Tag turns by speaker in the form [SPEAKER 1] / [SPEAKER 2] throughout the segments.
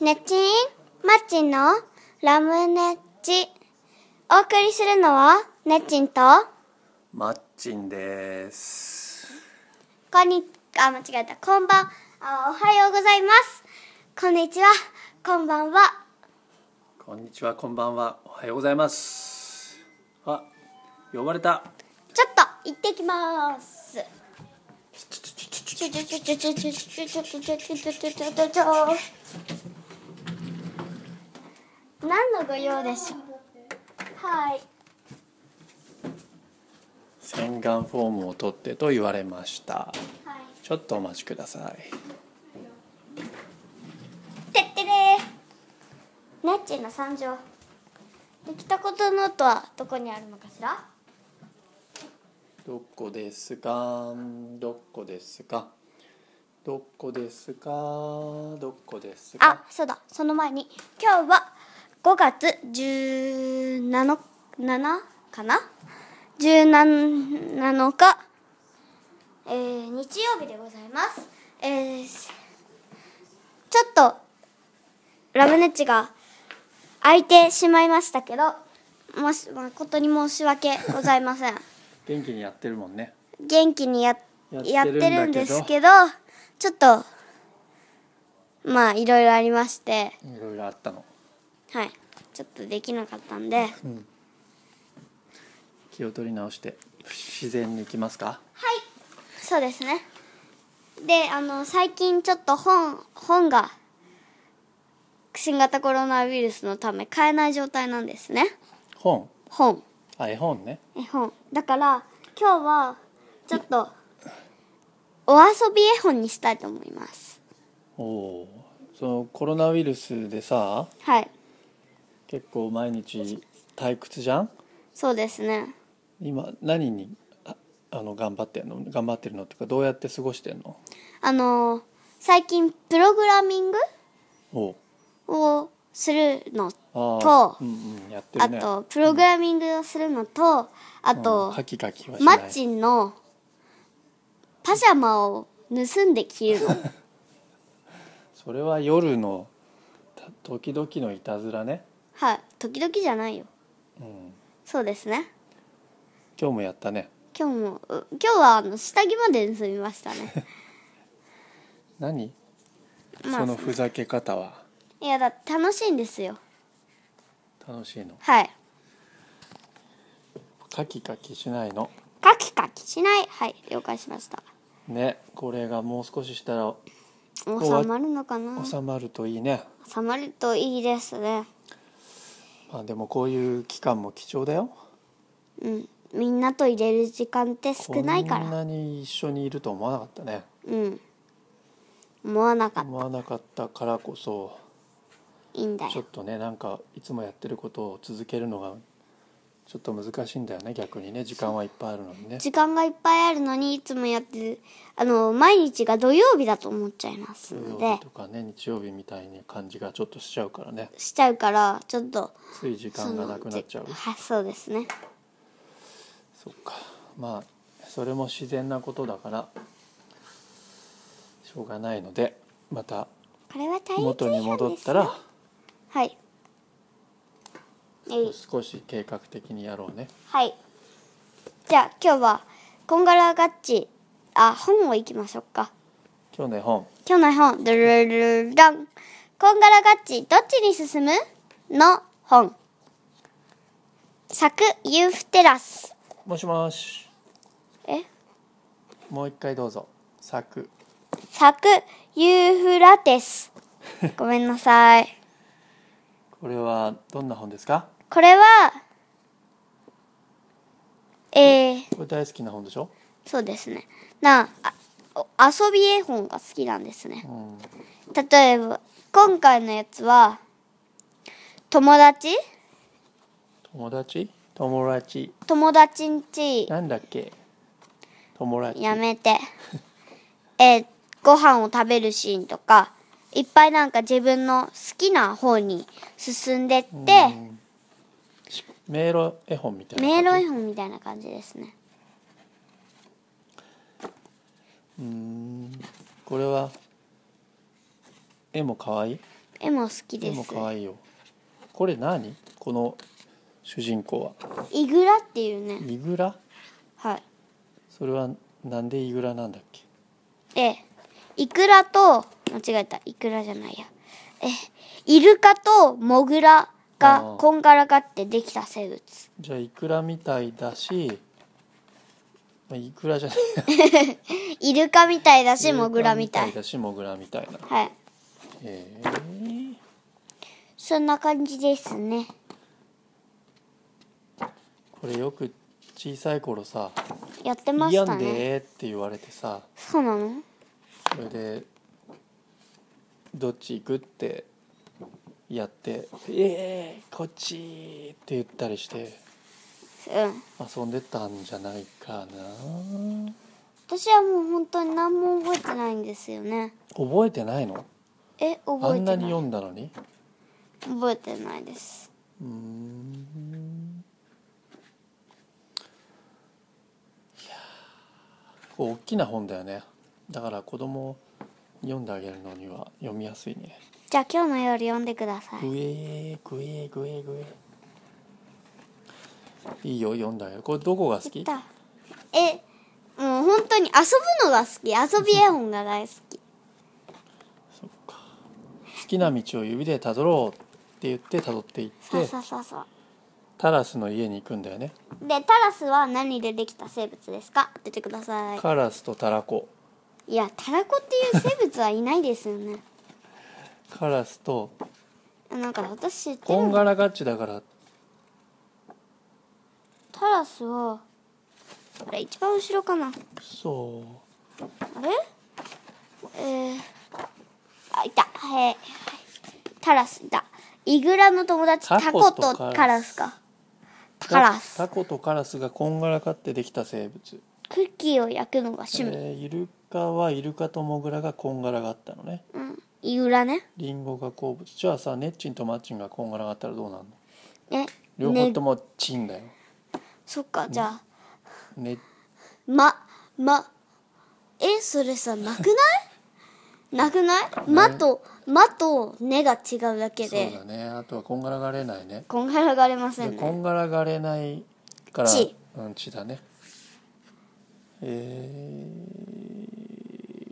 [SPEAKER 1] ねちん、まっちんのラムネチ。お送りするのは、ねちんと、
[SPEAKER 2] マッチンです。
[SPEAKER 1] こんに、あ、間違えた。こんばん、あ、おはようございます。こんにちは、こんばんは。
[SPEAKER 2] こんにちは、こんばんは、おはようございます。あ、呼ばれた。
[SPEAKER 1] ちょっと、行ってきます。ちょちょちょちょちょちょちょちょちょちょちょちょちょちょちょちょ何のご用でしょうはい。
[SPEAKER 2] 洗顔フォームを取ってと言われました。
[SPEAKER 1] はい。
[SPEAKER 2] ちょっとお待ちください。
[SPEAKER 1] てってれーナッチの参上できたことの音はどこにあるのかしら
[SPEAKER 2] どこですか。どこですか。どこですか。どこです
[SPEAKER 1] あ
[SPEAKER 2] か。
[SPEAKER 1] そうだその前に今日は5月17 7かな17日、えー日曜日でございますえーすちょっとラムネッチが空いてしまいましたけどもし誠に申し訳ございません
[SPEAKER 2] 元気にやってるもんね。
[SPEAKER 1] 元気にやや
[SPEAKER 2] や
[SPEAKER 1] っ
[SPEAKER 2] っててるんだけど
[SPEAKER 1] るんですけどちょっとまあいろいろありまして
[SPEAKER 2] いろいろあったの。
[SPEAKER 1] はいちょっとできなかったんではい
[SPEAKER 2] 気を取り直して自然に行きますか。
[SPEAKER 1] そうですねであの最近ちょっと本本が新型コロナウイルスのため買えない状態なんですね
[SPEAKER 2] 本。
[SPEAKER 1] 本
[SPEAKER 2] あ、絵本ね。
[SPEAKER 1] 絵本だから今日はちょっとお遊び絵本にしたいと思います
[SPEAKER 2] おおー。そのコロナウイルスでさ。
[SPEAKER 1] はい
[SPEAKER 2] 結構毎日退屈じゃん
[SPEAKER 1] そうですね
[SPEAKER 2] 今何にああの頑張ってんの頑張ってるのっていうかどうやって過ごしてんの
[SPEAKER 1] あのー最近プログラミング
[SPEAKER 2] おう
[SPEAKER 1] をするの
[SPEAKER 2] あ
[SPEAKER 1] と
[SPEAKER 2] あ、うんうん、やって
[SPEAKER 1] あ
[SPEAKER 2] るね
[SPEAKER 1] とプログラミングをするのとあ
[SPEAKER 2] う
[SPEAKER 1] と
[SPEAKER 2] ん、カキカキはし
[SPEAKER 1] マ
[SPEAKER 2] ない
[SPEAKER 1] ッチンのパジャマを盗んで着る の
[SPEAKER 2] それは夜のた時々のいたずらね、
[SPEAKER 1] はい時々じゃないよ
[SPEAKER 2] うん、
[SPEAKER 1] そうですね
[SPEAKER 2] 今日もやったね
[SPEAKER 1] 今日もう今日はあの下着まで盗みました ね
[SPEAKER 2] 何、
[SPEAKER 1] まあ
[SPEAKER 2] そのふざけ方はい
[SPEAKER 1] やだって楽しいんですよ
[SPEAKER 2] 楽しいの
[SPEAKER 1] はい
[SPEAKER 2] カキカキしないの
[SPEAKER 1] カキカキしないはい了解しました
[SPEAKER 2] ねこれがもう少ししたら
[SPEAKER 1] 収まるのかな
[SPEAKER 2] 収まるといいね、
[SPEAKER 1] 収まるといいですね
[SPEAKER 2] まあ、でもこういう期間も貴重だよ
[SPEAKER 1] うん、みんなと入れる時間って少ないか
[SPEAKER 2] こん
[SPEAKER 1] ら
[SPEAKER 2] なに一緒にいると思わなかったね
[SPEAKER 1] うん思わなかった
[SPEAKER 2] 思わなかったからこそ
[SPEAKER 1] いいんだ
[SPEAKER 2] ちょっ
[SPEAKER 1] よ
[SPEAKER 2] とねなんかいつもやってることを続けるのがちょっと難しいんだよね逆にね時間はいっぱいあるのにね
[SPEAKER 1] 時間がいっぱいあるのにいつもやってるあの毎日が土曜日だと思っちゃいます
[SPEAKER 2] 土
[SPEAKER 1] の
[SPEAKER 2] 曜
[SPEAKER 1] で
[SPEAKER 2] 日とかね日曜日みたいに感じがちょっとしちゃうからね
[SPEAKER 1] しちゃうからちょっと
[SPEAKER 2] つい時間がなくなっちゃう
[SPEAKER 1] そのじはいそうですね
[SPEAKER 2] そっかまあそれも自然なことだからしょうがないのでまた
[SPEAKER 1] これは対立
[SPEAKER 2] 元に
[SPEAKER 1] 違反
[SPEAKER 2] 戻っ
[SPEAKER 1] です
[SPEAKER 2] た
[SPEAKER 1] ね
[SPEAKER 2] ら
[SPEAKER 1] はいえい
[SPEAKER 2] 少し計画的にやろうね
[SPEAKER 1] はいじゃあ今日はこんがらがっちあ本をいきましょうか
[SPEAKER 2] 今日の絵本
[SPEAKER 1] 今日の本、ドゥルルルラン。こんがらがっち、どっちに進むの本。作、ユーフテラス。
[SPEAKER 2] もしもし
[SPEAKER 1] え
[SPEAKER 2] もう一回どうぞ作
[SPEAKER 1] 作、ユーフラテ ス。ごめんなさい。
[SPEAKER 2] これはどんな本ですか
[SPEAKER 1] これは、えー、
[SPEAKER 2] これ大好きな本でしょ、
[SPEAKER 1] そうですね。なあ、あお遊び絵本が好きなんですね
[SPEAKER 2] う。ん、
[SPEAKER 1] 例えば、今回のやつは、友達
[SPEAKER 2] 友達友達
[SPEAKER 1] 友達んち、
[SPEAKER 2] なんだっけ友達
[SPEAKER 1] やめて。 えーご飯を食べるシーンとか、いっぱいなんか自分の好きな方に進んでって、
[SPEAKER 2] うんし迷路絵本みた
[SPEAKER 1] 迷
[SPEAKER 2] いな感じ
[SPEAKER 1] 路絵本みたいな感じですね。
[SPEAKER 2] うーんこれは絵も可愛い
[SPEAKER 1] 絵も好き
[SPEAKER 2] で
[SPEAKER 1] で
[SPEAKER 2] も
[SPEAKER 1] す
[SPEAKER 2] 可愛いよこれ何この主人公は
[SPEAKER 1] イグラっていうね
[SPEAKER 2] イグラ
[SPEAKER 1] はい
[SPEAKER 2] それはなんでイグラなんだっけ
[SPEAKER 1] でイクラと間違えたイクラじゃないやえイルカとモグラ
[SPEAKER 2] あ
[SPEAKER 1] が
[SPEAKER 2] ー
[SPEAKER 1] こんがらがってできた生物
[SPEAKER 2] じゃあイクラみたいだし、まあ、イクラじゃない
[SPEAKER 1] イルカみたいだし
[SPEAKER 2] イルカ
[SPEAKER 1] モグラみたい
[SPEAKER 2] だしモグラみたいな
[SPEAKER 1] はい
[SPEAKER 2] へえ
[SPEAKER 1] そんな感じですね
[SPEAKER 2] これよく小さい頃さ
[SPEAKER 1] やって
[SPEAKER 2] 「
[SPEAKER 1] まし
[SPEAKER 2] 嫌
[SPEAKER 1] た
[SPEAKER 2] ん
[SPEAKER 1] ね
[SPEAKER 2] で」って言われてさ
[SPEAKER 1] そうなの
[SPEAKER 2] それでどっち行くってやって「ええー、こっち!」って言ったりして
[SPEAKER 1] うん
[SPEAKER 2] 遊んでたんじゃないかな
[SPEAKER 1] 私はもう本当に何も覚えてないんですよね
[SPEAKER 2] 覚えてないの
[SPEAKER 1] え
[SPEAKER 2] あ
[SPEAKER 1] 覚え
[SPEAKER 2] んな
[SPEAKER 1] て
[SPEAKER 2] に
[SPEAKER 1] ない
[SPEAKER 2] 読んだのに
[SPEAKER 1] 覚えてないです
[SPEAKER 2] うーんいやーこう大きな本だよねだから子供読んであげるのには読みやすいね
[SPEAKER 1] じゃあ今日の夜読んでください
[SPEAKER 2] ぐえーぐえーぐえーぐえーいいよ読んだよこれどこが好
[SPEAKER 1] い
[SPEAKER 2] き
[SPEAKER 1] たえもう本当に遊ぶのが好き遊び絵本が大好 き
[SPEAKER 2] そっか好きな道を指でたどろうって言ってたどっていっ
[SPEAKER 1] そう
[SPEAKER 2] て
[SPEAKER 1] そうそうそう
[SPEAKER 2] タラスの家に行くんだよね
[SPEAKER 1] でタラスは何でできた生物ですか当ててください
[SPEAKER 2] カラスとタラコ
[SPEAKER 1] いやタラコっていう生物はいないですよね
[SPEAKER 2] カラスと
[SPEAKER 1] なんか私知って
[SPEAKER 2] こ
[SPEAKER 1] る
[SPEAKER 2] ん
[SPEAKER 1] の
[SPEAKER 2] がらがっちだから
[SPEAKER 1] タラスはあれ一番後ろかな
[SPEAKER 2] そう
[SPEAKER 1] あれえー、あいたはいはいタラスいたイグラの友達
[SPEAKER 2] タ
[SPEAKER 1] タコ
[SPEAKER 2] コと
[SPEAKER 1] とカラスかカラス
[SPEAKER 2] タコとカラスがこんがらがってできた生物、
[SPEAKER 1] クッキーを焼くのが
[SPEAKER 2] え
[SPEAKER 1] 趣味、
[SPEAKER 2] ーイルカはイルカとモグラがこんがらがったのね
[SPEAKER 1] うんイグラね
[SPEAKER 2] リンゴが好物じゃあさネッチンとマッチンがこんがらがったらどうなるの
[SPEAKER 1] ね
[SPEAKER 2] 両方ともチンだよ、
[SPEAKER 1] そっかじゃあ、
[SPEAKER 2] ね、
[SPEAKER 1] ま、ま、え、それさ、なくないなくない、まと、まと、ねが違うだけ
[SPEAKER 2] そう
[SPEAKER 1] で、
[SPEAKER 2] だねあとはこんがらがれないね
[SPEAKER 1] こんがらがれませ
[SPEAKER 2] で
[SPEAKER 1] ん
[SPEAKER 2] こ
[SPEAKER 1] ね。
[SPEAKER 2] んがらがれないから
[SPEAKER 1] チ
[SPEAKER 2] うん、チだねえ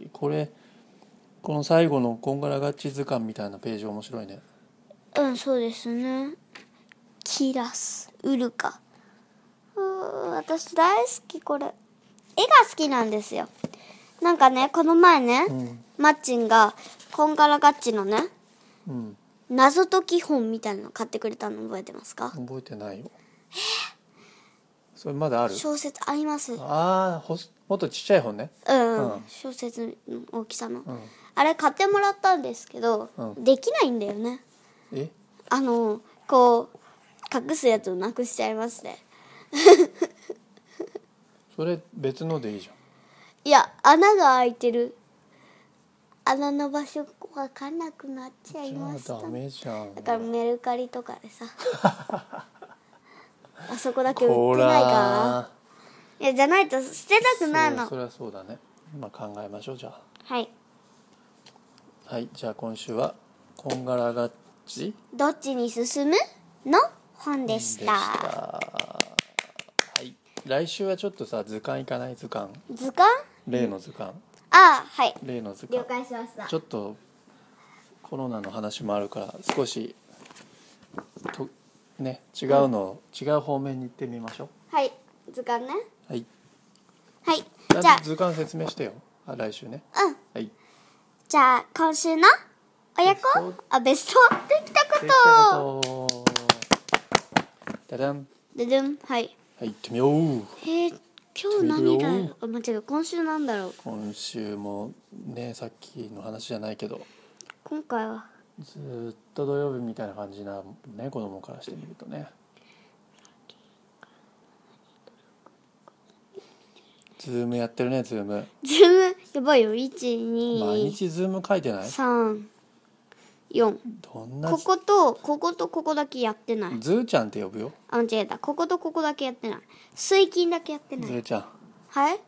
[SPEAKER 2] ー、これこの最後のこんがらがっち図鑑みたいなページ面白いね
[SPEAKER 1] うん、そうですね。キラス、ウルカ。うー私大好き、これ。絵が好きなんですよ。なんかね、この前ね、
[SPEAKER 2] うん
[SPEAKER 1] マッチンが、こんがらがっちのね、
[SPEAKER 2] うん
[SPEAKER 1] 謎解き本みたいなの買ってくれたの覚えてますか
[SPEAKER 2] 覚えてないよそれまだある
[SPEAKER 1] 小説あります。
[SPEAKER 2] ああほすもっとちっちゃい本ね
[SPEAKER 1] うん、
[SPEAKER 2] うん
[SPEAKER 1] 小説の大きさの、
[SPEAKER 2] ん
[SPEAKER 1] あれ買ってもらったんですけど、
[SPEAKER 2] うん
[SPEAKER 1] できないんだよね
[SPEAKER 2] え
[SPEAKER 1] あのこう隠すやつをなくしちゃいまして
[SPEAKER 2] それ別のでいいじゃん
[SPEAKER 1] いや穴が開いてる穴の場所わかんなくなっちゃいまし
[SPEAKER 2] じゃ
[SPEAKER 1] た
[SPEAKER 2] あダメじゃん
[SPEAKER 1] だからメルカリとかで さあそこだけ売ってないかないやじゃないと捨てたくない
[SPEAKER 2] そう
[SPEAKER 1] の
[SPEAKER 2] それはそうだねまあ考えましょうじゃ
[SPEAKER 1] はい
[SPEAKER 2] あはいじゃあ今週は「こんがらがっち」
[SPEAKER 1] どっちに進むの本でし
[SPEAKER 2] でしたはい来週はちょっとさ図鑑行かない図鑑
[SPEAKER 1] 図鑑
[SPEAKER 2] 例の図鑑
[SPEAKER 1] ああはい
[SPEAKER 2] 例の図
[SPEAKER 1] 了
[SPEAKER 2] 鑑
[SPEAKER 1] 解しました
[SPEAKER 2] ちょっとコロナの話もあるから少しとね違うの、違う方面に行ってみましょ
[SPEAKER 1] はい図鑑ね
[SPEAKER 2] うはい
[SPEAKER 1] はいじゃ
[SPEAKER 2] なんで図鑑説明してよあ来週ね
[SPEAKER 1] あうん
[SPEAKER 2] はい
[SPEAKER 1] じゃあ今週の親子
[SPEAKER 2] ベス
[SPEAKER 1] あベストできたこ
[SPEAKER 2] できた
[SPEAKER 1] と
[SPEAKER 2] ことダダン
[SPEAKER 1] ででんはい
[SPEAKER 2] はい行ってみよう
[SPEAKER 1] へえ今日何だろうあ間違えた今週なんだろう
[SPEAKER 2] 今週もねさっきの話じゃないけど
[SPEAKER 1] 今回は
[SPEAKER 2] ずーっと土曜日みたいな感じなのね子供からしてみるとねズームやってるねズーム
[SPEAKER 1] ズームやばいよ
[SPEAKER 2] 毎
[SPEAKER 1] 1234
[SPEAKER 2] 日ズーム書いてないどんな
[SPEAKER 1] こことこことここだけやってない
[SPEAKER 2] ズーちゃんって呼ぶよ
[SPEAKER 1] あ間違えたこことここだけやってない水金だけやってな
[SPEAKER 2] ズ
[SPEAKER 1] い
[SPEAKER 2] ーちゃん
[SPEAKER 1] はい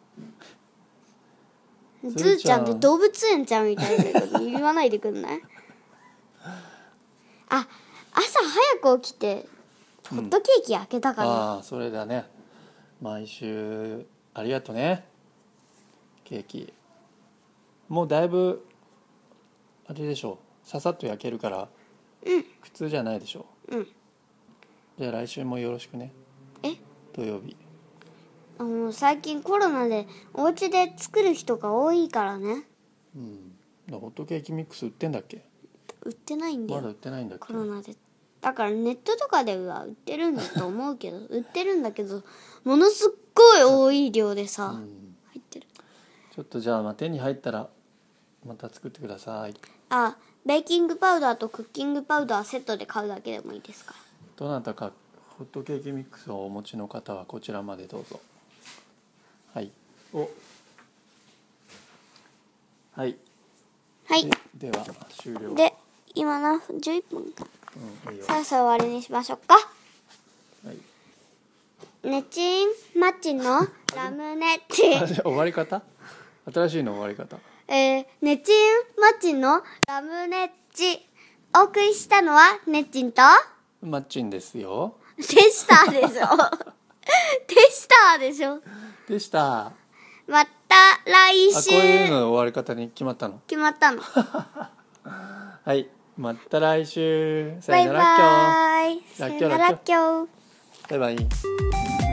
[SPEAKER 2] ズ
[SPEAKER 1] ズー
[SPEAKER 2] ー
[SPEAKER 1] ち
[SPEAKER 2] ち
[SPEAKER 1] ゃ
[SPEAKER 2] ゃ
[SPEAKER 1] ん
[SPEAKER 2] ん
[SPEAKER 1] っ て動物園ちゃんみたいなこと言わないでくんないあ朝早く起きてホットケーキ開けたから、
[SPEAKER 2] ああそれだね毎週ありがとねケーキもうだいぶあれでしょささっと焼けるから、苦痛じゃないでしょ
[SPEAKER 1] うん
[SPEAKER 2] じゃあ来週もよろしくね
[SPEAKER 1] え
[SPEAKER 2] 土曜日
[SPEAKER 1] あの最近コロナでお家で作る人が多いからね
[SPEAKER 2] うんホットケーキミックス売ってんだっけ
[SPEAKER 1] 売ってないんだ
[SPEAKER 2] ま
[SPEAKER 1] よ、
[SPEAKER 2] だ売ってないんだっけ
[SPEAKER 1] コロナでだからネットとかでは売ってるんだと思うけど売ってるんだけどものすっごい多い量でさ、
[SPEAKER 2] うん
[SPEAKER 1] 入ってる
[SPEAKER 2] ちょっとじゃあまあ手に入ったらまた作ってください
[SPEAKER 1] あベーキングパウダーとクッキングパウダーセットで買うだけでもいいですか
[SPEAKER 2] どなたかホットケーキミックスをお持ちの方はこちらまでどうぞはいおはい
[SPEAKER 1] はい
[SPEAKER 2] ででは終了
[SPEAKER 1] で今な11分か
[SPEAKER 2] うん、いいよ
[SPEAKER 1] さあさあ終わりにしましょうか
[SPEAKER 2] はい、
[SPEAKER 1] ネチンマッチンのラムネチ
[SPEAKER 2] あじゃあ終わり方新しいの終わり方
[SPEAKER 1] えー、ネチンマッチンのラムネッチ。お送りしたのは、ネッチンと、
[SPEAKER 2] マッチンですよ
[SPEAKER 1] テシター でしょ。テシターでしょ。
[SPEAKER 2] でしたあ
[SPEAKER 1] また来
[SPEAKER 2] こ
[SPEAKER 1] 週。
[SPEAKER 2] ういうの終わり方に決まったの
[SPEAKER 1] 決まったの。
[SPEAKER 2] はいまた来週さ
[SPEAKER 1] バイ
[SPEAKER 2] よなら今日
[SPEAKER 1] バーイ。
[SPEAKER 2] ら
[SPEAKER 1] さ
[SPEAKER 2] っき
[SPEAKER 1] よ
[SPEAKER 2] ょ
[SPEAKER 1] なら今日。
[SPEAKER 2] バイバイ